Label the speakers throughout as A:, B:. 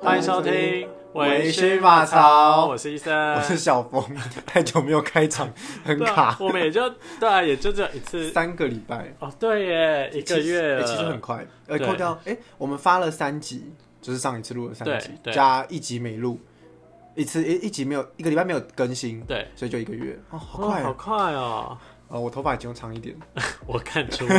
A: 欢迎收听《微醺马槽》，我是医生，
B: 我是小峰， 太久没有开场，很
A: 对啊
B: 卡。
A: 我们也就对啊，也就只有一次
B: 三个礼拜，
A: 哦，对耶，一个月
B: 欸
A: 了，
B: 其实很快。呃，
A: 对
B: 扣掉，哎、我们发了三集，就是上一次录了三集
A: 对，对
B: 加一集没录，一次一一集没有，一个礼拜没有更新，
A: 对，
B: 所以就一个月。哦，好
A: 哦
B: 快
A: 好
B: 哦！
A: 快 哦，
B: 哦我头发已经长一点。
A: 我看出来，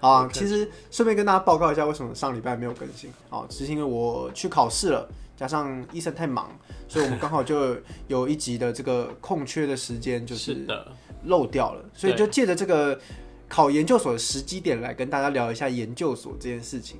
B: 啊
A: 我，
B: 其实顺便跟大家报告一下，为什么上礼拜没有更新啊？只是因为我去考试了，加上医生太忙，所以我们刚好就有一集的这个空缺的时间，就是是
A: 的，
B: 漏掉了，所以就借着这个考研究所的时机点来跟大家聊一下研究所这件事情。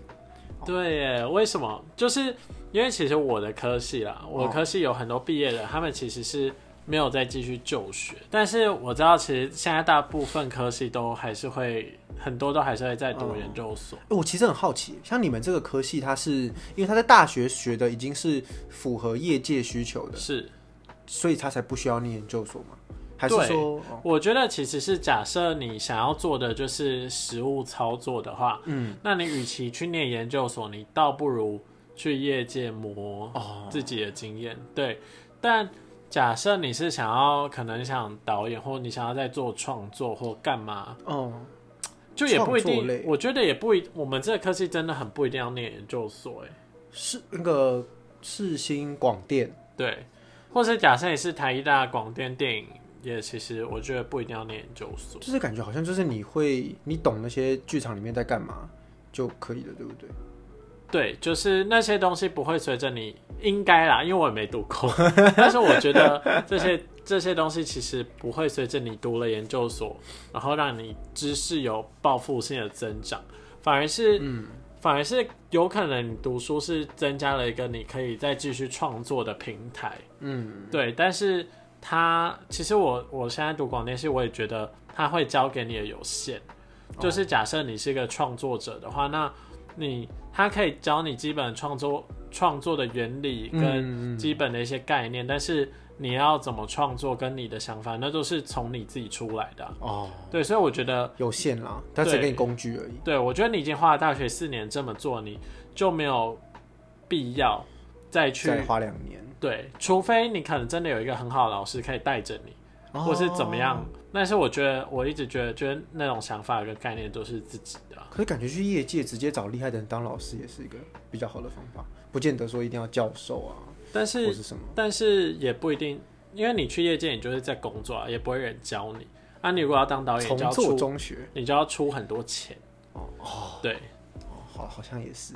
B: 哦
A: 对耶，为什么？就是因为其实我的科系啦，
B: 哦
A: 我的科系有很多毕业的，他们其实是没有再继续就学，但是我知道其实现在大部分科系都还是会很多都还是会在读研究所。
B: 欸我其实很好奇，像你们这个科系，它是因为它在大学学的已经是符合业界需求的，
A: 是，
B: 所以它才不需要念研究所吗？还是
A: 对
B: 说，哦
A: 我觉得其实是假设你想要做的就是实务操作的话，嗯，那你与其去念研究所，你倒不如去业界磨
B: 哦
A: 自己的经验。对，但假设你是想要可能想导演，或你想要在做创作或干嘛，
B: 哦，
A: 就也不一
B: 创作
A: 定
B: 类。
A: 我觉得也不一，我们这个科系真的很不一定要念研究所、欸，
B: 是那个世新广电
A: 对，或是假设你是台艺大广电电影。也其实我觉得不一定要念研究所，
B: 就是感觉好像就是你会你懂那些剧场里面在干嘛就可以了，对不对？
A: 对，就是那些东西不会随着你应该啦，因为我也没读过， 但是我觉得这些这些东西其实不会随着你读了研究所，然后让你知识有报复性的增长，反而是嗯。反而是有可能你读书是增加了一个你可以再继续创作的平台，
B: 嗯，
A: 对，但是它其实我我现在读广电系，我也觉得它会教给你的有限，就是假设你是一个创作者的话，那你它可以教你基本创作创作的原理跟
B: 嗯
A: 基本的一些概念，但是你要怎么创作跟你的想法，那都是从你自己出来的啊、
B: 哦，
A: 对，所以我觉得，
B: 有限啦，它只
A: 对
B: 给你工具而已。
A: 对我觉得你已经花了大学四年这么做，你就没有必要再去
B: 再花两年，
A: 对，除非你可能真的有一个很好的老师可以带着你。或是怎么样
B: 哦。
A: 但是我觉得，我一直觉得，觉得那种想法跟概念都是自己的啊、
B: 可是感觉去业界直接找厉害的人当老师也是一个比较好的方法，不见得说一定要教授啊，
A: 但
B: 或
A: 是，
B: 是什么。
A: 但是也不一定，因为你去业界，你就是在工作啊，也不会有人教你。啊，你如果要当导演，
B: 从
A: 你就要
B: 做
A: 出，
B: 中学，
A: 你就要出很多钱。哦，对，
B: 哦好，好像也是。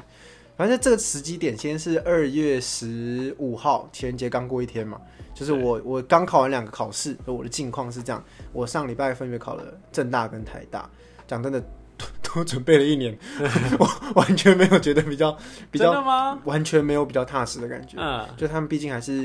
B: 反正这个时机点先是二月十五号，情人节刚过一天嘛，就是我我刚考完两个考试，我的近况是这样，我上礼拜分别考了正大跟台大，讲真的，都 都准备了一年， 我完全没有觉得比较比
A: 真
B: 较，
A: 的吗？
B: 完全没有比较踏实的感觉。
A: 嗯，
B: 就他们毕竟还是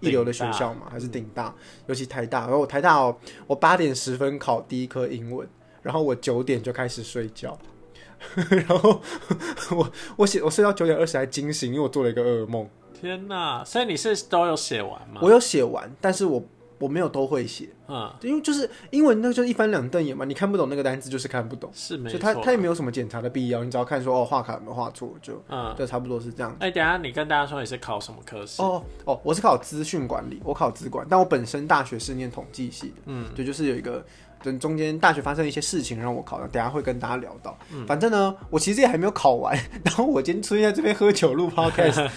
B: 一流的学校嘛，还是顶大，尤其台大。然后我台大哦，我八点十分考第一科英文，然后我九点就开始睡觉， 然后 我我写我睡到九点二十还惊醒，因为我做了一个噩梦。
A: 天哪！所以你是都有写完吗？
B: 我有写完，但是我我没有都会写，
A: 嗯，
B: 因为就是英文那个就是一翻两瞪眼嘛，你看不懂那个单词就是看不懂，
A: 是没
B: 所以他
A: 错。
B: 他也没有什么检查的必要，你只要看说哦画卡有没有画错就
A: 嗯，
B: 就差不多是这样。
A: 哎、等一下你跟大家说你是考什么科系？
B: 哦哦，我是考资讯管理，我考资管，但我本身大学是念统计系的，嗯，对，就是有一个，就中间大学发生一些事情让我考的，等一下会跟大家聊到。
A: 嗯
B: 反正呢，我其实也还没有考完， 然后我今天出现在这边喝酒录 podcast，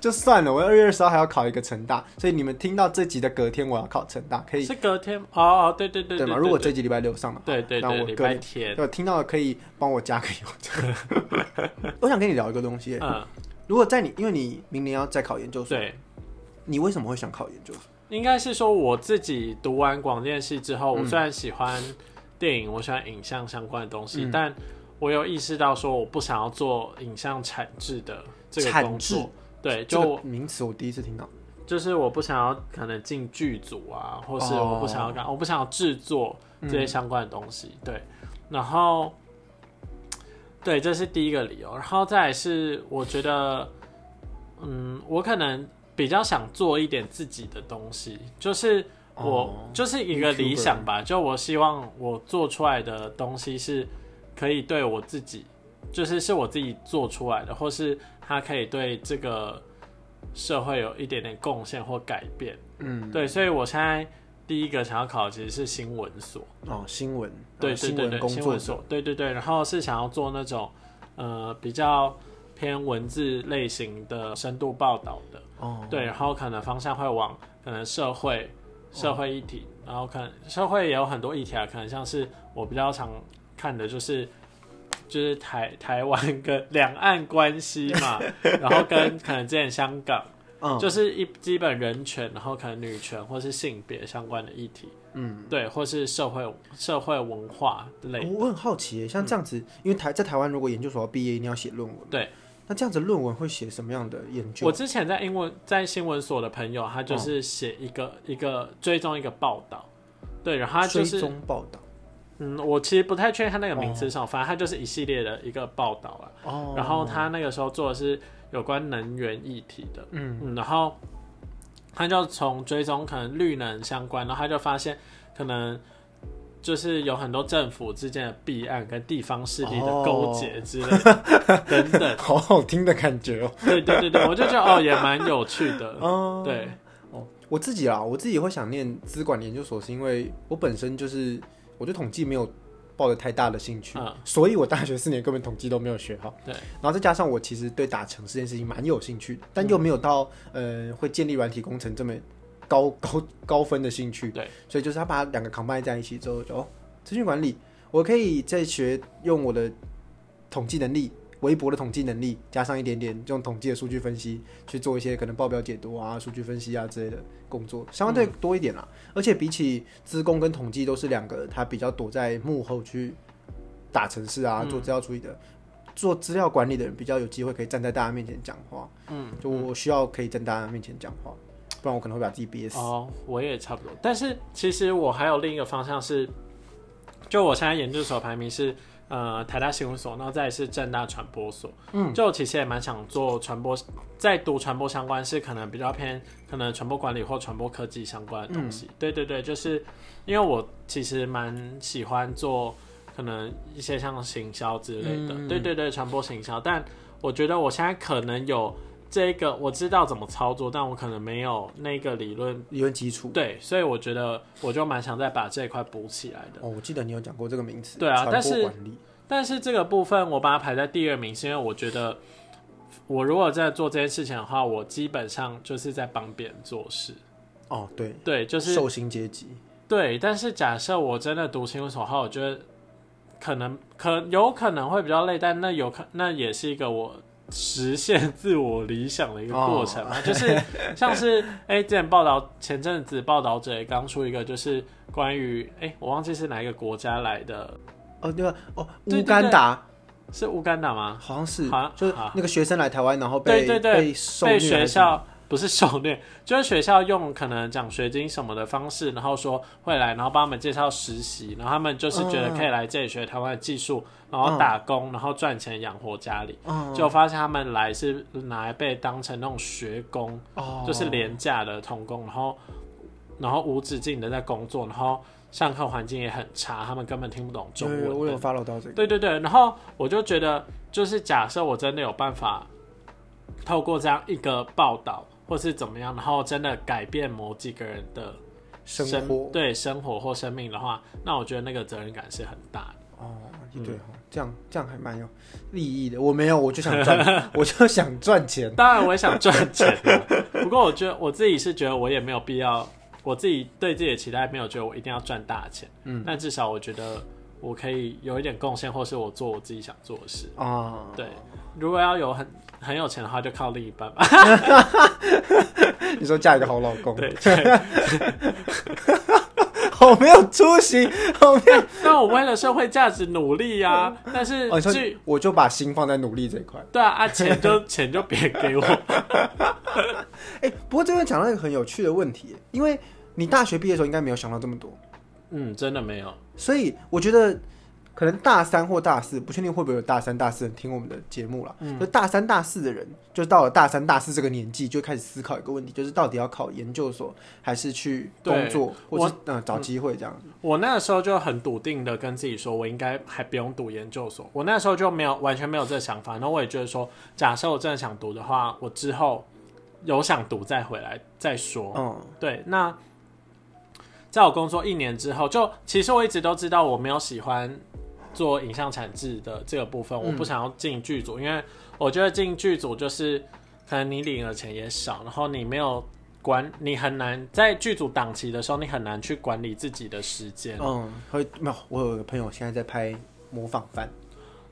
B: 就算了，我二月二十号还要考一个成大，所以你们听到这集的隔天我要考成大，可以
A: 是隔天？哦哦，对对对
B: 对
A: 对
B: 吗？
A: 对
B: 如果这集礼拜六上的话，
A: 对对
B: 那
A: 对，
B: 我
A: 礼
B: 隔
A: 拜
B: 天
A: 天，
B: 对听到的可以帮我加个油。 我想跟你聊一个东西，
A: 嗯，
B: 如果在你因为你明年要再考研究所，
A: 对。
B: 你为什么会想考研究所？
A: 应该是说我自己读完广电系之后，我
B: 嗯
A: 虽然喜欢电影，我喜欢影像相关的东西，
B: 嗯
A: 但我有意识到说我不想要做影像产制的这个工
B: 产制
A: 作。对，
B: 这
A: 就
B: 个名词我第一次听到。
A: 就是我不想要可能进剧组啊，或是
B: 哦
A: 我不想要干，我不想要制作这些相关的东西。对，然后对，这是第一个理由。然后再来是我觉得，嗯，我可能比较想做一点自己的东西，就是我、
B: 哦
A: 就是一个
B: YouTuber
A: 理想吧，就我希望我做出来的东西是可以对我自己就是是我自己做出来的，或是它可以对这个社会有一点点贡献或改变。
B: 嗯，
A: 对，所以我现在第一个想要考的其实是新闻所，
B: 哦，新闻，
A: 对
B: 哦
A: 对
B: 新
A: 对
B: 闻
A: 对，
B: 工
A: 新
B: 作
A: 闻
B: 者，
A: 所，对对对，然后是想要做那种呃比较偏文字类型的深度报道的，
B: 哦，
A: 对，然后可能方向会往可能社会
B: 哦
A: 社会议题，然后可能社会也有很多议题啊，可能像是我比较常看的就是。就是台台湾跟两岸关系 嘛，然后跟可能之前香港，
B: 嗯，
A: 就是一基本人权，然后可能女权或是性别相关的议题，
B: 嗯，
A: 对，或是社会社会文化类
B: 我很好奇耶，像这样子，因为台在台湾如果研究所要毕业，一定要写论文，
A: 对，
B: 那这样子论文会写什么样的研究？嗯
A: 我之前在英文在新闻所的朋友，他就是写一个、一个追踪一个报道，对，然后他就
B: 追
A: 是
B: 踪报道
A: 嗯，我其实不太确定他那个名字上，反正他就是一系列的一个报道啊。
B: 哦
A: 然后他那个时候做的是有关能源议题的，
B: 嗯
A: 嗯，然后他就从追踪可能绿能相关，然后他就发现可能就是有很多政府之间的弊案跟地方势力的勾结之类的、
B: 哦
A: 等等，
B: 好好听的感觉哦，
A: 对对对对，我就觉得哦也蛮有趣的，
B: 哦，
A: 对，
B: 我自己啦，啊我自己会想念资管研究所，是因为我本身就是我对统计没有抱着太大的兴趣，
A: 嗯
B: 所以我大学四年根本统计都没有学好。
A: 对，嗯
B: 然后再加上我其实对打城这件事情蛮有兴趣的，但又没有到、呃会建立软体工程这么高 高高分的兴趣。
A: 对，
B: 所以就是他把两个 combine 在一起之后就，哦，资讯管理，我可以再学用我的统计能力。微薄的统计能力，加上一点点用统计的数据分析，去做一些可能报表解读啊、数据分析啊之类的工作，相对多一点啦。而且比起资工跟统计，都是两个他比较躲在幕后去打城市啊、
A: 嗯
B: 做资料处理的，做资料管理的人比较有机会可以站在大家面前讲话。
A: 嗯，
B: 就我需要可以站大家面前讲话，不然我可能会把自己憋死。
A: 哦，我也差不多。但是其实我还有另一个方向是，就我现在研究所排名是呃台大新闻所，然后再来是正大传播所。
B: 嗯，
A: 就我其实也蛮想做传播，在读传播相关是可能比较偏可能传播管理或传播科技相关的东
B: 嗯
A: 西。对对对，就是因为我其实蛮喜欢做可能一些像行销之类的，
B: 嗯
A: 对对对，传播行销。但我觉得我现在可能有。这个我知道怎么操作，但我可能没有那个理论
B: 理论基础。
A: 对，所以我觉得我就蛮想再把这一块补起来的。
B: 哦，我记得你有讲过这个名词。
A: 对啊
B: 传
A: 但
B: 播
A: 是
B: 管理。
A: 但是这个部分我把它排在第二名，是因为我觉得我如果在做这件事情的话，我基本上就是在帮别人做事。
B: 哦，对，
A: 对，就是
B: 受薪阶级。
A: 对。但是假设我真的读新闻所后，我觉得可能可有可能会比较累，但那有可那也是一个我。实现自我理想的一个过程嘛就是像是哎、之前报道前阵子报道者也刚出一个，就是关于哎、我忘记是哪一个国家来的
B: 哦，对啊哦，
A: 对对
B: 乌干达
A: 是乌干达吗？
B: 好像是
A: 好像，
B: 就是
A: 好
B: 那个学生来台湾，然后被
A: 对对对
B: 被受虐还
A: 被学
B: 是什么
A: 校 不是受虐，就是学校用可能奖学金什么的方式，然后说会来，然后帮他们介绍实习，然后他们就是觉
B: 嗯
A: 得可以来这里学台湾的技术，然后打工，然后赚钱养活家里。
B: 嗯
A: 就发现他们来是拿来被当成那种学工，
B: 哦，
A: 就是廉价的童工，然后然后无止境的在工作，然后上课环境也很差，他们根本听不懂中
B: 有有有
A: 文。
B: 我有 follow 到这个。
A: 对对对，然后我就觉得，就是假设我真的有办法透过这样一个报道，或是怎么样，然后真的改变某几个人的
B: 生活
A: 对生活或生命的话，那我觉得那个责任感是很大的。
B: 哦，也
A: 嗯
B: 对哦，这样这样还蛮有利益的。我没有，我就想 赚，我就想赚钱。
A: 当然，我也想赚钱啊，不过我觉得我自己是觉得我也没有必要，我自己对自己的期待没有觉得我一定要赚大钱，
B: 嗯
A: 但至少我觉得我可以有一点贡献，或是我做我自己想做的事。
B: 啊，
A: 对，如果要有很很有钱的话，就靠另一半吧。
B: 你说嫁一个好老公，
A: 对，对
B: 好没有出息，好没有。
A: 那我为了社会价值努力呀、 但是
B: 哦，你说
A: 至于
B: 我就把心放在努力这一块。
A: 对啊，啊钱就 钱就别给我，
B: 哎，不过这边讲到一个很有趣的问题，因为你大学毕业的时候应该没有想到这么多，
A: 嗯，真的没有，
B: 所以我觉得可能大三或大四，不确定会不会有大三、大四人听我们的节目了。
A: 嗯
B: 就大三、大四的人，就到了大三、大四这个年纪，就开始思考一个问题，就是到底要考研究所还是去工作，
A: 对
B: 或是嗯、呃找机会这样。
A: 我那时候就很笃定的跟自己说，我应该还不用读研究所。我那时候就没有完全没有这个想法，然后我也觉得说，假设我真的想读的话，我之后有想读再回来再说。
B: 嗯，
A: 对，那在我工作一年之后，就其实我一直都知道我没有喜欢做影像产制的这个部分，
B: 嗯
A: 我不想要进剧组，因为我觉得进剧组就是可能你领的钱也少，然后你没有管，你很难在剧组档期的时候，你很难去管理自己的时间。
B: 嗯，会没有？我有个朋友现在在拍模仿犯，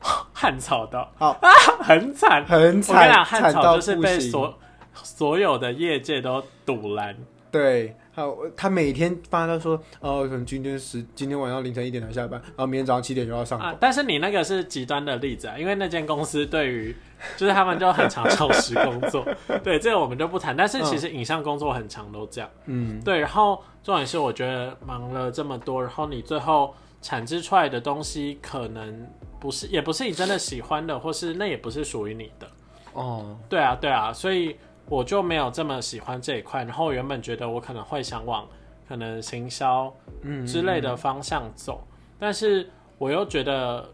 A: 汉草的，
B: 好
A: 啊，很惨，
B: 很
A: 我跟
B: 惨
A: 你讲，，汉
B: 惨到
A: 草就
B: 不行。
A: 是被所所有的业界都堵拦。
B: 对，还有他每天发到说，哦，可能今天十，今天晚上凌晨一点才下班，然后明天早上七点又要上班。
A: 啊，但是你那个是极端的例子啊，因为那间公司对于 就是他们就很常超时工作， 对这个我们就不谈。但是其实影像工作很常都这样，
B: 嗯，
A: 对。然后重点是我觉得忙了这么多，然后你最后产制出来的东西可能不是，也不是你真的喜欢的，或是那也不是属于你的。
B: 哦，
A: 对啊，对啊，所以我就没有这么喜欢这一块。然后原本觉得我可能会想往可能行销
B: 嗯
A: 之类的方向走，但是我又觉得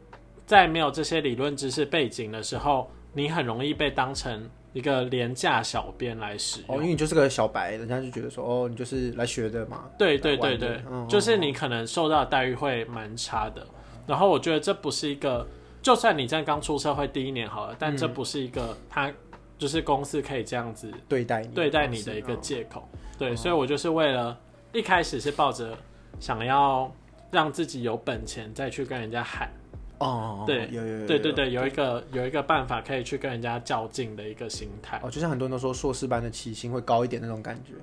A: 在没有这些理论知识背景的时候，你很容易被当成一个廉价小编来使
B: 哦，因
A: 用。
B: 为你就是个小白，人家就觉得说，哦，你就是来学的嘛。
A: 对对
B: 来玩
A: 对
B: 的
A: 对
B: 嗯，
A: 就是你可能受到的待遇会蛮差的。然后我觉得这不是一个，就算你在刚出社会第一年好了，但这不是一个他就是公司可以这样子
B: 对待你，
A: 对待你的一嗯个借口。对，所以我就是为了一开始是抱着想要让自己有本钱再去跟人家喊，
B: 哦，
A: 对
B: 有有有，
A: 对对
B: 有。
A: 对，有一个有一个办法可以去跟人家较劲的一个心态。
B: 哦，就像很多人都说硕士班的起薪会高一点那种感觉，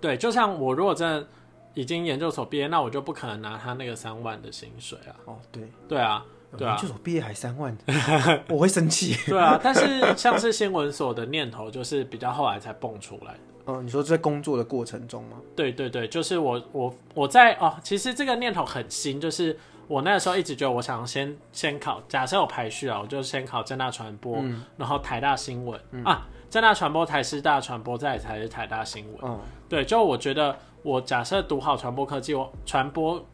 A: 对，就像我如果真的已经研究所毕业，那我就不可能拿他那个三万的薪水啊。
B: 哦，对，哎
A: 对啊，对啊
B: 研究所毕业还三 万，我会生气。
A: 对啊。但是像是新闻所的念头，就是比较后来才蹦出来。
B: 嗯，你说在工作的过程中吗？
A: 对对对，就是我我我在哦，其实这个念头很新，就是我那时候一直觉得我想先先考，假设有排序啊，我就先考正大传播，然后台大新闻、啊，正大传播、台师大传播，再来才是台大新闻。
B: 嗯，
A: 对，就我觉得我假设读好传播科技，我传播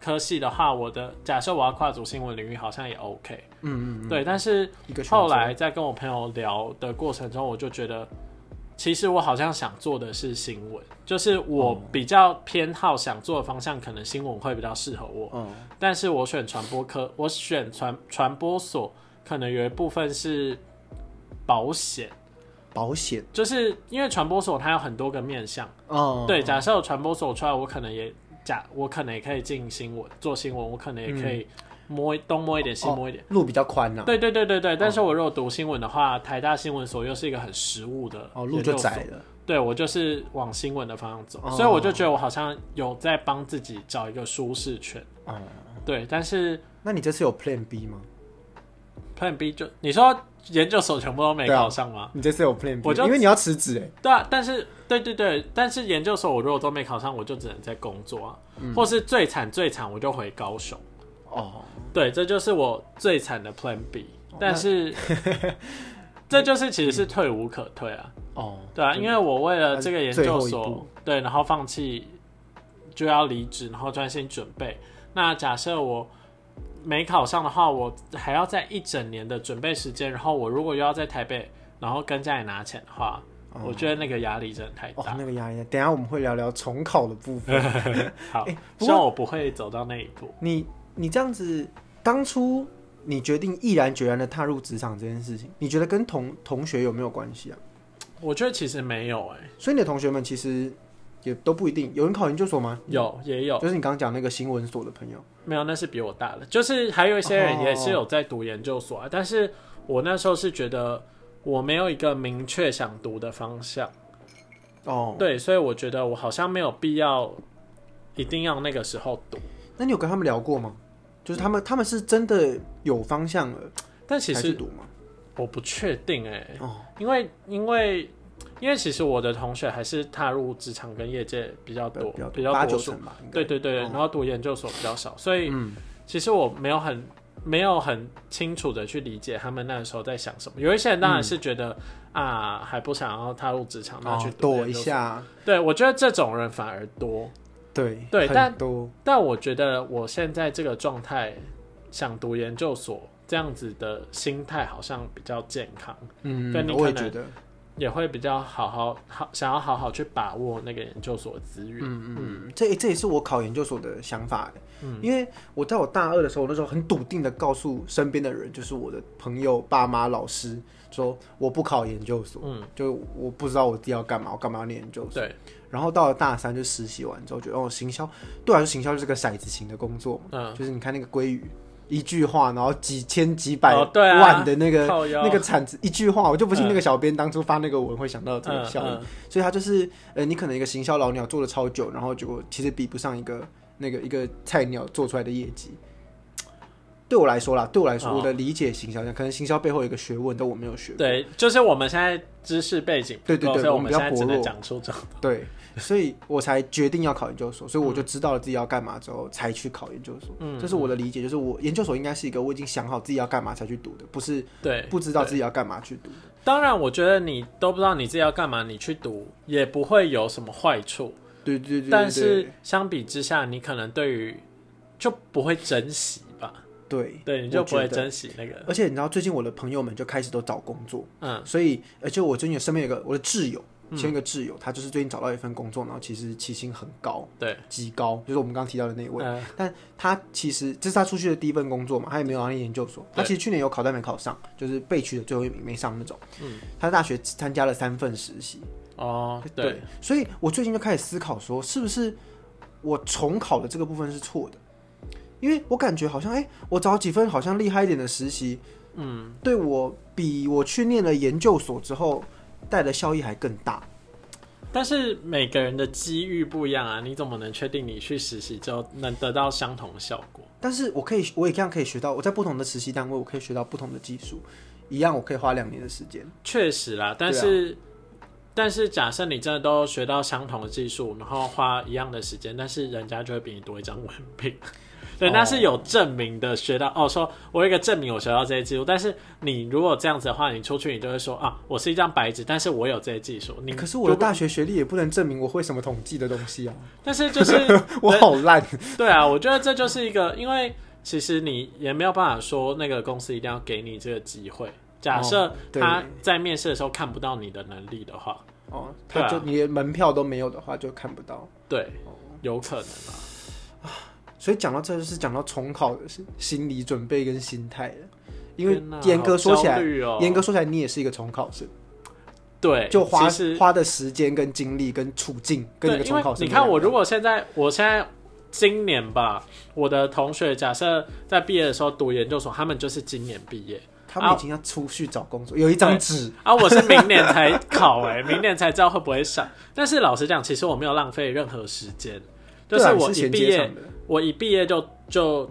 A: 科系的话，我的假设我要跨足新闻领域，好像也 OK。
B: 嗯嗯，
A: 对，但是
B: 一个选择
A: 后来在跟我朋友聊的过程中，我就觉得，其实我好像想做的是新闻，就是我比较偏好想做的方向，可能新闻会比较适合我。
B: 嗯
A: 但是我选传播科，我选传传播所，可能有一部分是保险，
B: 保险，
A: 就是因为传播所它有很多个面向。
B: 嗯，
A: 对，假设有传播所出来，我可能也假，我可能也可以进新闻做新闻，我可能也可以摸一东摸一点，西摸一点。
B: 路比较宽呐，
A: 对对对对对，但
B: 哦
A: 是我如果读新闻的话，台大新闻所又是一个很实务的
B: 哦，路
A: 研究
B: 就
A: 所
B: 窄。了。
A: 对我就是往新闻的方向走，
B: 哦
A: 所以我就觉得我好像有在帮自己找一个舒适圈。
B: 哦，
A: 对，但是
B: 那你这次有 Plan B 吗？
A: Plan B 就你说研究所全部都没
B: 对啊
A: 考上吗？
B: 你这次有 Plan B，
A: 我就
B: 因为你要辞职哎。
A: 对啊，但是对对对，但是研究所我如果都没考上，我就只能在工作啊，
B: 嗯
A: 或是最惨最惨我就回高雄。
B: 哦，
A: 对，这就是我最惨的 Plan B，
B: 哦
A: 但是这就是其实是退无可退啊。
B: 哦，
A: 对啊，因为我为了
B: 它
A: 这个研
B: 最
A: 究
B: 后一
A: 所
B: 步，
A: 对，然后放弃就要离职，然后专心准备。那假设我没考上的话，我还要在一整年的准备时间，然后我如果又要在台北，然后跟家里拿钱的话，
B: 哦
A: 我觉得那个压力真的太嗯
B: 哦
A: 大。
B: 那个压力，等一下我们会聊聊重考的部分。
A: 好
B: 哎，不过
A: 希望我不会走到那一步。
B: 你你这样子，当初你决定毅然决然的踏入职场这件事情，你觉得跟同同学有没有关系啊？
A: 我觉得其实没有哎、
B: 所以你的同学们其实也都不一定，有人考研究所吗？
A: 有也有
B: 就是你刚刚讲那个新闻所的朋友。
A: 没有，那是比我大的，就是还有一些人
B: 哦
A: 也是有在读研究所啊，但是我那时候是觉得我没有一个明确想读的方向。
B: 哦，
A: 对，所以我觉得我好像没有必要一定要那个时候读，
B: 那你有跟他们聊过吗？就是他们，他们是真的有方向了
A: 但
B: 才
A: 嗯其
B: 去
A: 实
B: 读吗？
A: 我不确定哎、
B: 哦
A: 因为因为因为其实我的同学还是踏入职场跟业界比较多，
B: 比较
A: 比较
B: 八
A: 多
B: 九
A: 数，
B: 成吧，应该哦
A: 对对对，然后读研究所比较少，所以
B: 嗯
A: 其实我没有很没有很清楚的去理解他们那个时候在想什么。有一些人当然是觉得、啊，还不想要踏入职场，那
B: 嗯
A: 去
B: 哦
A: 读研
B: 躲一
A: 究所。
B: 下，
A: 对，我觉得这种人反而多。
B: 对
A: 对但
B: 很多
A: 但我觉得我现在这个状态，想读研究所这样子的心态好像比较健康，
B: 嗯
A: 对，你
B: 我也
A: 可能
B: 觉得，
A: 也会比较好好好想要好好去把握那个研究所的资源。
B: 嗯嗯，这这也是我考研究所的想法，嗯，因为我在我大二的时候，我那时候很笃定的告诉身边的人，就是我的朋友、爸妈、老师，说我不考研究所，嗯，就我不知道我自己要干嘛，我干嘛要念研究所。
A: 对，
B: 然后到了大三就实习完之后，觉得哦，行销对我来说，行销就是个骰子型的工作嘛，
A: 嗯
B: 就是你看那个鲑鱼。一句话，然后几千几百
A: 哦对啊
B: 万的那个、
A: 靠腰
B: 那个产值，一句话，我就不信那个小编当初发那个文会想到这个
A: 嗯
B: 效应。
A: 嗯
B: 所以他就是呃，你可能一个行销老鸟做的超久，然后结果其实比不上一个那个一个菜鸟做出来的业绩。对我来说啦，对我来说，
A: 哦
B: 我的理解行销，可能行销背后有一个学问，但我没有学过。
A: 对，就是我们现在知识背景不
B: 对对
A: 够
B: 对
A: 所以我
B: 我们比
A: 们
B: 较
A: 现在只
B: 薄
A: 能
B: 弱
A: 讲出这种。
B: 对，所以我才决定要考研究所，所以我就知道了自己要干嘛之后，才去考研究所。
A: 嗯
B: 这是我的理解，就是我研究所应该是一个我已经想好自己要干嘛才去读的，不是
A: 对，
B: 不知道自己要干嘛去读的。
A: 当然，我觉得你都不知道你自己要干嘛，你去读也不会有什么坏处。
B: 对对对对，
A: 但
B: 对
A: 是相比之下，你可能对于就不会珍惜吧？
B: 对
A: 对，你就
B: 我
A: 不
B: 觉
A: 会
B: 得。
A: 珍惜那个。
B: 而且你知道，最近我的朋友们就开始都找工作，
A: 嗯
B: 所以，而且我最近有身边有个我的挚友，其中一个挚友，他就是最近找到一份工作，然后其实起薪很高，
A: 对，
B: 极高，就是我们刚刚提到的那一位。
A: 嗯
B: 但他其实这是他出去的第一份工作嘛，他也没有拿研究所，他其实去年有考但没考上，就是被取的最后一名没上那种。嗯，他大学参加了三份实习，
A: 哦，对，
B: 对，所以我最近就开始思考说，是不是我重考的这个部分是错的？因为我感觉好像，哎、我找几份好像厉害一点的实习，嗯，对我比我去念了研究所之后带的效益还更大。
A: 但是每个人的机遇不一样啊，你怎么能确定你去实习之后能得到相同的效果？
B: 但是我可以，我也一样可以学到，我在不同的实习单位，我可以学到不同的技术，一样我可以花两年的时间。
A: 确实啦，但
B: 对啊
A: 是、但是假设你真的都学到相同的技术，然后花一样的时间，但是人家就会比你多一张文 凭。对，
B: 哦
A: 那是有证明的，学到哦，说我有一个证明我学到这些技术，但是你如果这样子的话，你出去你就会说啊，我是一张白纸，但是我有这些技术。你
B: 欸可是我的大学学历也不能证明我会什么统计的东西 啊，
A: 但是就是
B: 我好烂。
A: 对啊，我觉得这就是一个，因为其实你也没有办法说那个公司一定要给你这个机会。假设
B: 哦对
A: 他在面试的时候看不到你的能力的话，
B: 哦，
A: 对
B: 他
A: 啊
B: 就你连门票都没有的话，就看不到。
A: 对，
B: 哦
A: 有可能啊。
B: 所以讲到这，就是讲到重考的是心理准备跟心态了。因为
A: 天哪
B: 严格说起
A: 好
B: 来
A: 焦，虑哦哎
B: 严格说起来，你也是一个重考生，
A: 对，
B: 就花
A: 其实
B: 花的时间、跟精力、跟处境，跟一
A: 对，
B: 个
A: 因
B: 重
A: 为
B: 考生
A: 你
B: 不一样。
A: 看我如果现在，我现在今年吧，我的同学假设在毕业的时候读研究所，他们就是今年毕业
B: 他们已经要出去找工作，有一张纸，
A: 啊，我是明年才考哎、明年才知道会不会上。但是老实讲，其实我没有浪费任何时间，就
B: 对啊
A: 我
B: 你
A: 一
B: 衔
A: 毕
B: 接
A: 业
B: 上 的，
A: 我一毕业就就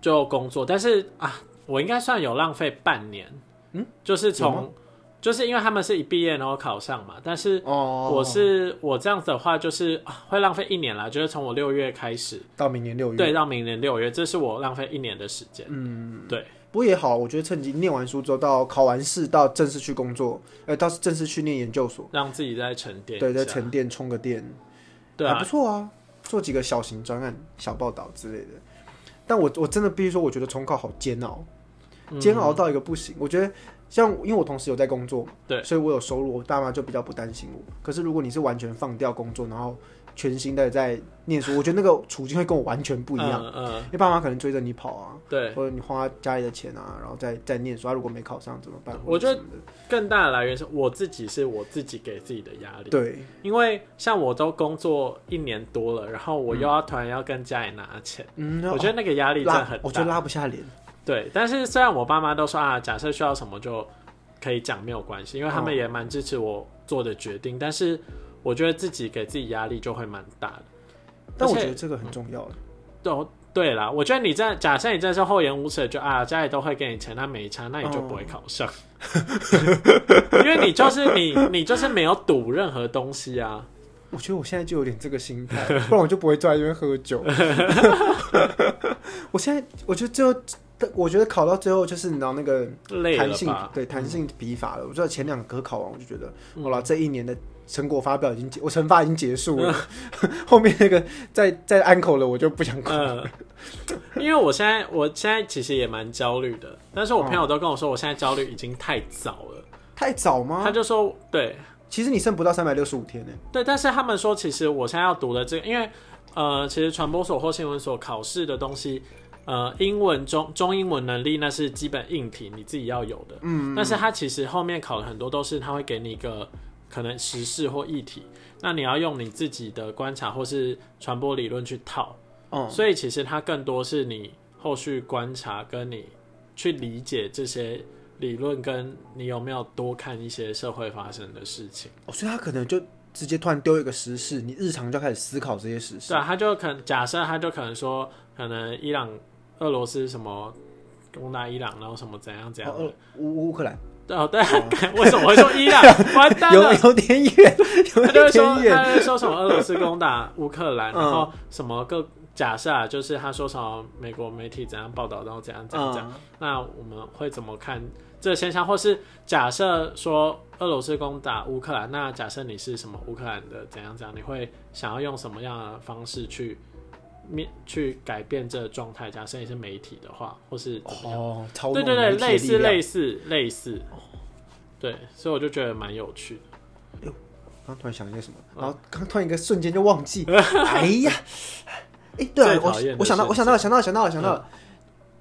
A: 就工作，但是啊，我应该算有浪费半年，
B: 嗯，
A: 就是
B: 有
A: 从就是因为他们是一毕业然后考上嘛，但是
B: 哦，
A: 我是我这样子的话，就是啊会浪费一年啦，就是从我六月开始，
B: 到明年六月，
A: 对，到明年六月，这是我浪费一年的时间。嗯，对，
B: 不过也好，我觉得趁机念完书之后，到考完试，到正式去工作，呃，到正式去念研究所，
A: 让自己再沉淀一下。
B: 对，再沉淀、充个电，
A: 对
B: 还
A: 啊
B: 不，错啊，做几个小型专案、小报道之类的。但我我真的必须说，我觉得重考好煎熬，
A: 嗯
B: 煎熬到一个不行。我觉得像因为我同时有在工作嘛，
A: 对，
B: 所以我有收入，我爸妈就比较不担心我。可是如果你是完全放掉工作，然后全心的在念书，我觉得那个处境会跟我完全不一样。
A: 嗯。嗯，
B: 因为爸妈可能追着你跑啊，
A: 对，
B: 或者你花家里的钱啊，然后再再念书。他、如果没考上怎么办？
A: 我觉得
B: 或者什么
A: 更大的来源是我自己是我自己给自己的压
B: 的
A: 力，
B: 对，
A: 因为像我都工作一年多了，然后我又要突然要跟家里拿钱，
B: 嗯，
A: 我觉得那个压力真的
B: 拉
A: 很，
B: 我觉
A: 大
B: 得。拉不下脸。
A: 对，但是虽然我爸妈都说啊，假设需要什么就可以讲，没有关系，因为他们
B: 哦
A: 也蛮支持我做的决定。但是我觉得自己给自己压力就会蛮大的。
B: 但我
A: 而且
B: 觉得这个很重要。
A: 都对啦，我觉得你这样假设你真的是厚颜无耻的，就啊家里都会给你钱，那没差，那你就不会考上，因为你就是你你就是没有赌任何东西啊。
B: 我觉得我现在就有点这个心态，不然我就不会坐在这边喝酒。 我现在我觉得最后，我觉得考到最后就是你知道那个
A: 累
B: 弹
A: 了
B: 性
A: 吧？嗯
B: 对弹性疲乏了。我知道前两科考完，我就觉得好了，这一年的成果发表已经结，我惩罚已经结束了， 后面那个再再安口了，我就不想考。
A: 嗯，因为我现在我现在其实也蛮焦虑的，但是我朋友都跟我说，我现在焦虑已经太早了。
B: 太早
A: 他
B: 吗？
A: 就说，对
B: 其实你剩不到三百六十五天呢、
A: 对，但是他们说，其实我现在要读的这个，因为呃，其实传播所或新闻所考试的东西，呃，英文中中英文能力那是基本硬体，你自己要有的。
B: 嗯，
A: 但是它其实后面考了很多都是它会给你一个可能时事或议题，那你要用你自己的观察或是传播理论去套，
B: 嗯，
A: 所以其实它更多是你后续观察跟你去理解这些理论，跟你有没有多看一些社会发生的事情。
B: 哦所以他可能就直接突然丢一个时事，你日常就开始思考这些时事
A: 对。啊，他就可能假设他就可能说，可能伊朗、俄罗斯什么攻打伊朗，然后什么怎样怎样
B: 哦
A: 的。
B: 呃乌乌克兰
A: 哦，对， 为什么会说伊朗？完蛋
B: 有
A: 了！
B: 有点远，有
A: 他就会说
B: 点，远。
A: 他就会说什么俄罗斯攻打乌克兰，
B: 嗯
A: 然后什么个假设啊，就是他说什么美国媒体怎样报道，然后怎样怎样怎样。
B: 嗯，
A: 那我们会怎么看这个现象？或是假设说俄罗斯攻打乌克兰，那假设你是什么乌克兰的怎样怎样，你会想要用什么样的方式去面去改变这个状态？假设你是媒体的话，或是怎么样？
B: 哦，超
A: 对对对，类似类
B: 似。
A: 似类似，对，所以我就觉得蛮有趣的。
B: 刚突然想一些什么，
A: 嗯
B: 然后刚突然一个瞬间就忘 记。哎呀，哎，对
A: 最
B: 啊，
A: 讨厌
B: 我
A: 的嗯
B: 我想到，
A: 瞬间
B: 我想到了，想到了，想到了，想到了，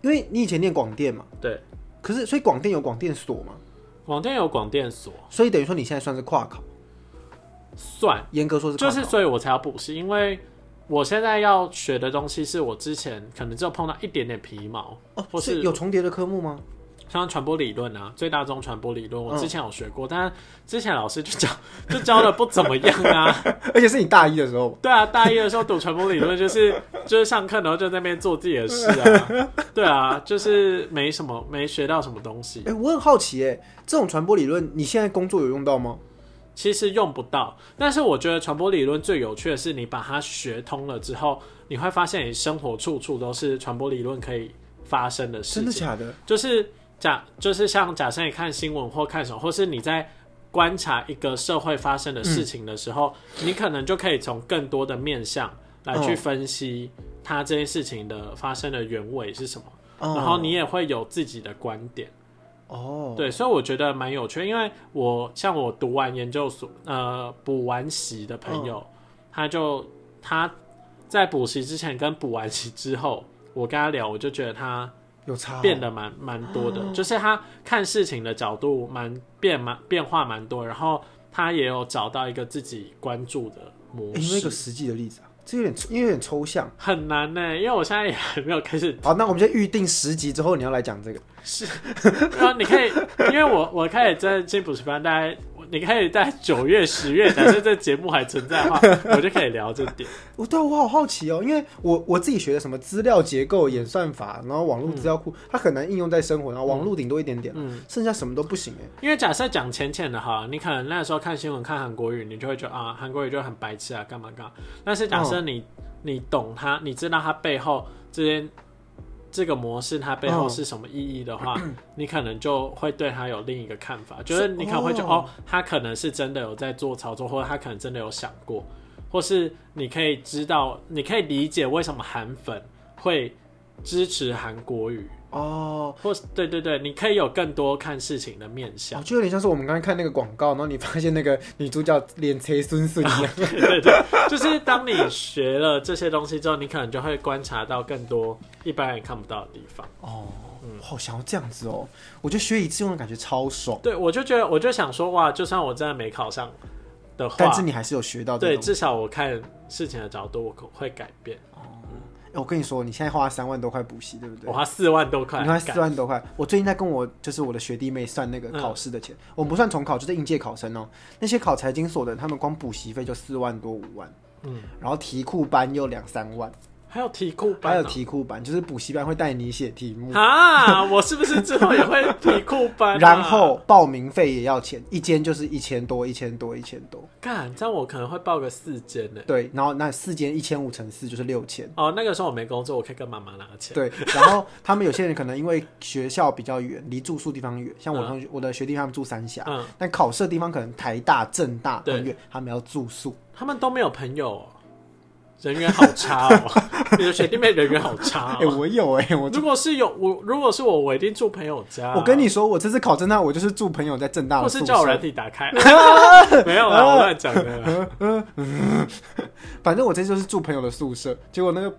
B: 因为你以前念广电嘛，
A: 对，
B: 可是所以广电有广电所嘛，
A: 广电有广电所
B: 所以等于说你现在算是跨考，
A: 算，
B: 严格说是跨
A: 就
B: 考
A: 是所以我才要补习，因为我现在要学的东西是我之前可能只有碰到一点点皮毛，
B: 哦，
A: 或
B: 是
A: 是
B: 有重叠的科目 吗？
A: 像传播理论啊，最大宗传播理论，我
B: 嗯
A: 之前有学过，但是之前老师就教 就教的不怎么样啊。
B: 而且是你大一的时候，
A: 对啊，大一的时候读传播理论就是就是上课，然后就在那边做自己的事啊。对啊，就是没什么没学到什么东西，
B: 哎，我很好奇，哎，这种传播理论你现在工作有用到吗？
A: 其实用不到。但是我觉得传播理论最有趣的是，你把它学通了之后，你会发现你生活处处都是传播理论可以发生的事
B: 真
A: 情
B: 的。假的？
A: 就是假，就是像假设你看新闻或看什么，或是你在观察一个社会发生的事情的时候，你可能就可以从更多的面向来
B: 嗯
A: 去
B: 哦
A: 分析它这件事情的发生的原委是什么，
B: 哦
A: 然后你也会有自己的观点。
B: 哦，
A: 对，所以我觉得蛮有趣，因为我像我读完研究所，呃，补完习的朋友，
B: 嗯
A: 他就他在补习之前跟补完习之后，我跟他聊，我就觉得他。
B: 有差哦，
A: 变得蛮蛮多的，就是他看事情的角度蛮变蛮变化蛮多，然后他也有找到一个自己关注的模
B: 哎，有没有一个
A: 式，
B: 实际的例子啊？这有点，因为有点抽象。
A: 很难呢、因为我现在也还没有开始，
B: 好，那我们就预定十集之后你要来讲这个。
A: 然啊后你可以，因为我我开始在进补习班，大概你可以在九月、十月，假设这节目还存在的话，我就可以聊这点。
B: 我对啊我好好奇哦，因为我我自己学的什么资料结构、演算法，然后网络资料库，它很难应用在生活，然后网络顶多一点点，
A: 嗯，
B: 剩下什么都不行哎。
A: 因为假设讲浅浅的哈，你可能那时候看新闻看韩国语，你就会觉得啊，韩国语就很白痴啊，干嘛干嘛。但是假设你、你懂它，你知道它背后这些这个模式，它背后
B: 嗯
A: 是什么意义的话，你可能就会对它有另一个看法，就是你可能会觉得
B: 哦
A: 哦，他可能是真的有在做操作，或者他可能真的有想过，或是你可以知道，你可以理解为什么韩粉会支持韩国语，
B: 哦，
A: 或是对对对，你可以有更多看事情的面向
B: 哦。就有点像是我们刚才看那个广告，然后你发现那个女主角脸贼孙孙一样。
A: 对对对，就是当你学了这些东西之后，你可能就会观察到更多一般人看不到的地方。
B: 哦，我好想要这样子哦，我觉得学以致用的感觉超爽，
A: 对，我就觉得，我就想说，哇，就算我真的没考上的话
B: 但是，你还是有学到这
A: 对，
B: 种。
A: 至少我看事情的角度我可会改变。
B: 哎我跟你说，你现在花三万多块补习，对不对
A: 我？花四万多块，
B: 你花四万多块。我最近在跟我就是我的学弟妹算那个
A: 嗯
B: 考试的钱，我们不算重考，就是应届考生哦、那些考财经所的，他们光补习费就四万多五万，
A: 嗯，
B: 然后题库班又两三万，
A: 还有题库班、
B: 还有题库班，就是补习班会带你写题目，
A: 啊！我是不是之后也会题库班、啊？
B: 然后报名费也要钱，一间就是一千多，一千多，一千多。
A: 干，这样我可能会报个四间呢。
B: 对，然后那四间一千五乘四就是六千。
A: 哦，那个时候我没工作，我可以跟妈妈拿钱。
B: 对，然后他们有些人可能因为学校比较远，离住宿地方远，像我同学、我的学弟他们住三峡，
A: 嗯
B: 但考试的地方可能台大、政大
A: 对
B: 很远，他们要住宿。
A: 他们都没有朋友、哦，人缘好差 哦。你的学弟妹人缘好差
B: 哎、
A: 哦。
B: 我有哎、我
A: 如果是有我，如果是我，我一定住朋友家。
B: 我跟你说，我这次考政大，我就是住朋友在政大
A: 嗯或
B: 的
A: 是
B: 宿
A: 叫我软
B: 舍。
A: 体 打开，没有啦，我乱讲的啦。
B: 反正我这次就是住朋友的宿舍，结果那个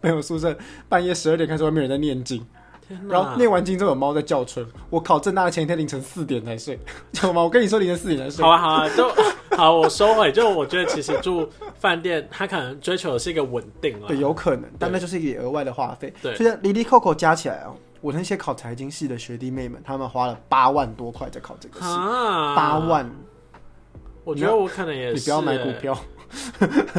B: 朋友宿舍半夜十二点开始，外面有人在念经，
A: 天
B: 然后
A: 哪，
B: 念完经之后有猫在叫春。我考政大的前一天凌晨四点才睡， 知道吗？我跟你说凌晨四点才睡
A: 好。啊，好啊，就好，我收回。就我觉得其实住饭店，他可能追求的是一个稳定啦。
B: 对，有可能，但那就是一个额外的花费。
A: 对
B: 所以离离扣扣加起来哦，我那些考财经系的学弟妹们，他们花了八万多块在考这个系，
A: 啊，
B: 八、万，
A: 我觉得我可能也是、
B: 你不要买股票，
A: 欸。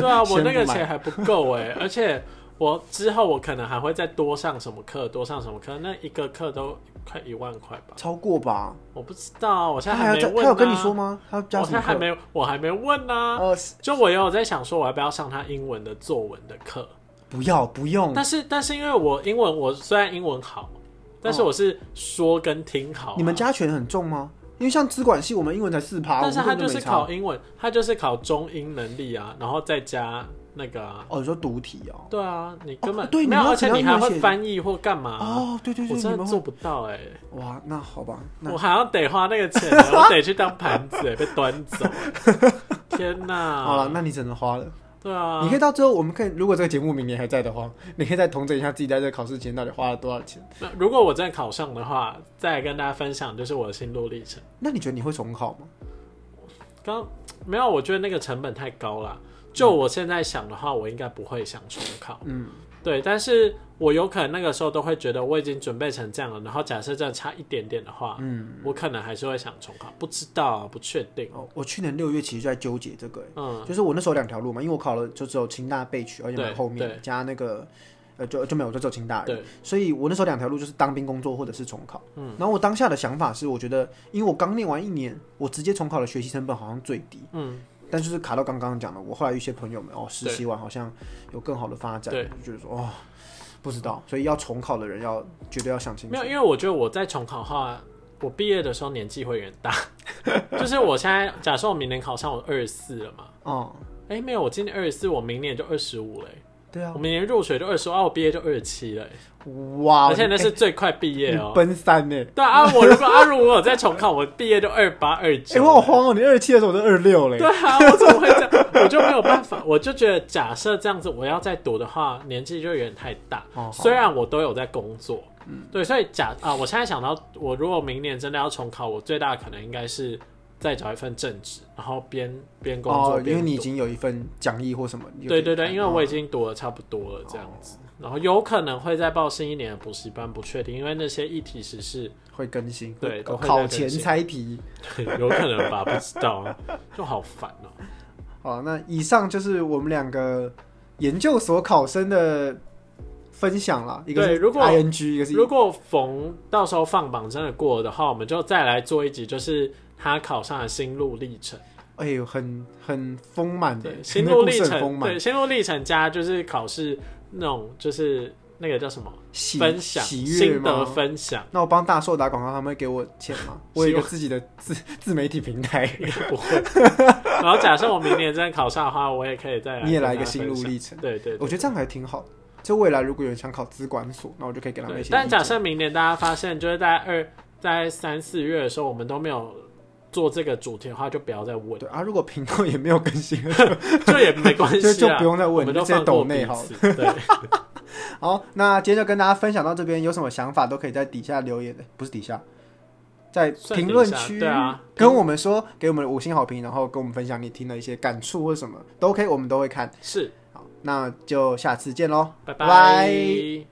A: 对啊，我
B: 先
A: 那个
B: 不买
A: 钱还不够哎、而且我之后我可能还会再多上什么课，多上什么课，那一个课都快一万块吧。
B: 超过吧？
A: 我不知道，我现
B: 他
A: 在
B: 还要
A: 没
B: 加，
A: 问、啊。
B: 他有跟你说？吗？他要加
A: 我
B: 什
A: 现在
B: 么
A: 还
B: 课？
A: 没，我还没问呢、啊。
B: 呃，
A: 就我也有在想说，我要不要上他英文的作文的课？
B: 不要，不用。
A: 但是但是因为我英文，我虽然英文好，但是我是说跟听好啊、
B: 哦你们加权很重吗？因为像资管系，我们英文才四趴，
A: 但是
B: 我
A: 他
B: 们根
A: 就
B: 本
A: 是
B: 没差
A: 考。英文，他就是考中英能力啊，然后再加那个啊，
B: 哦，你说读题哦？
A: 对啊，你根本、
B: 哦对你
A: 没有，
B: 要
A: 而且你
B: 怎样
A: 还会
B: 写
A: 翻译或干嘛、
B: 哦，对对对，
A: 啊我
B: 你
A: 真的
B: 们
A: 做
B: 会
A: 不到哎、
B: 哇，那好吧，那
A: 我好像得花那 个钱，我得去当盘子、欸，被端走、天哪！
B: 好了，那你只能花了。
A: 对啊，
B: 你可以到最后，我们可以，如果这个节目明年还在的话，你可以再统整一下自己在这个考试前到底花了多少钱。
A: 那如果我真的考上的话，再来跟大家分享就是我的心路历程。
B: 那你觉得你会重考吗？
A: 刚没有，我觉得那个成本太高了。就我现在想的话，我应该不会想重考。
B: 嗯，
A: 对，但是我有可能那个时候都会觉得我已经准备成这样了，然后假设真的差一点点的话，
B: 嗯，
A: 我可能还是会想重考，不知道、啊，不确定。
B: 哦，我去年六月其实就在纠结这个、欸
A: 嗯，
B: 就是我那时候有两条路嘛，因为我考了就只有清大备取，而且蛮
A: 对
B: 后面的
A: 对
B: 加那个。呃，就就没有，我就只有清大而已
A: 对，
B: 所以我那时候两条路就是当兵工作或者是重考。嗯，然后我当下的想法是，我觉得因为我刚念完一年，我直接重考的学习成本好像最低，
A: 嗯，
B: 但就是卡到刚刚讲的，我后来一些朋友们哦，实
A: 对
B: 习完好像有更好的发展，
A: 对，
B: 就是说哦，不知道，所以要重考的人要绝对要想清楚
A: 没有，。因为我觉得我在重考的话，我毕业的时候年纪会有点 大，就是我现在假设我明年考上，我二十四了嘛。
B: 哦、
A: 哎、没有，我今年二十四，我明年就二十五了欸、
B: 对啊
A: 我，明年入学就二十五，我毕业就二十七了欸、
B: 哇，
A: 而且
B: 你
A: 那是最快毕业
B: 你
A: 哦、
B: 奔三呢、欸。
A: 对啊，我如果啊，如果我有在重考，我毕业就二八二
B: 哎、
A: 九。
B: 我好慌哦！你二十七的时候我都二六嘞
A: 对。啊，我怎么会这样？我就没有办法，我就觉得假设这样子我要再读的话，年纪就有点太大。
B: 哦好嗯
A: 虽然我都有在工作，对，所以假啊，我现在想到，我如果明年真的要重考，我最大的可能应该是再找一份正职，然后边边工作
B: 哦，
A: 边读、
B: 因为你已经有一份讲义或什么。你就
A: 对
B: 可以
A: 对
B: 啊
A: 对，
B: 看
A: 因为我已经读了差不多了这样子，
B: 哦
A: 然后有可能会再报新一年的补习班，不确定，因为那些议题实是
B: 会更新，
A: 对
B: 会
A: 都会再
B: 考
A: 更
B: 前
A: 新
B: 猜题。
A: 有可能吧，不知道，就好烦哦、
B: 好，那以上就是我们两个研究所考生的分享啦，一个
A: 对
B: 是
A: 如果
B: ing，一个是
A: 如果逢到时候放榜真的过的话，我们就再来做一集，就是他考上的心路历程。
B: 哎呦，很很丰满的
A: 对，，心
B: 那
A: 路
B: 故
A: 历
B: 事很丰
A: 程，
B: 满
A: 对，，心路历程加就是考试那种，就是那个叫什么
B: 喜
A: 分享
B: 喜悦
A: 心得
B: 吗？
A: 分享，
B: 那我帮大硕打广告，他们会给我钱 吗？我有一个自己的自 自媒体平台，
A: 应该不会。 然后假设我明年真的考上的话，我也可以再
B: 你也
A: 啊跟
B: 来一
A: 大
B: 个
A: 家
B: 心
A: 分
B: 路
A: 享
B: 历程。
A: 对对对
B: 我觉得这样还挺好的。就未来如果有人想考资管所，那我就可以给他们
A: 对
B: 一些意见。
A: 但假设明年大家发现，就是在二在三四月的时候，我们都没有做这个主题的话，就不要再问，
B: 对啊，如果频道也没有更新，
A: 就也没关系
B: 就
A: 啊，
B: 就不用再问
A: 我们
B: 你
A: 都
B: 就直接
A: 放过
B: 抖内
A: 彼
B: 好
A: 此。对。
B: 好，那今天就跟大家分享到这边，有什么想法都可以在底下留言，欸不是底下，在
A: 算
B: 评论
A: 底下
B: 区
A: 对啊
B: 跟我们说，给我们五星好评，然后跟我们分享你听的一些感触或什么都 OK，我们都会看。
A: 是，
B: 好，那就下次见喽，
A: 拜拜。
B: 拜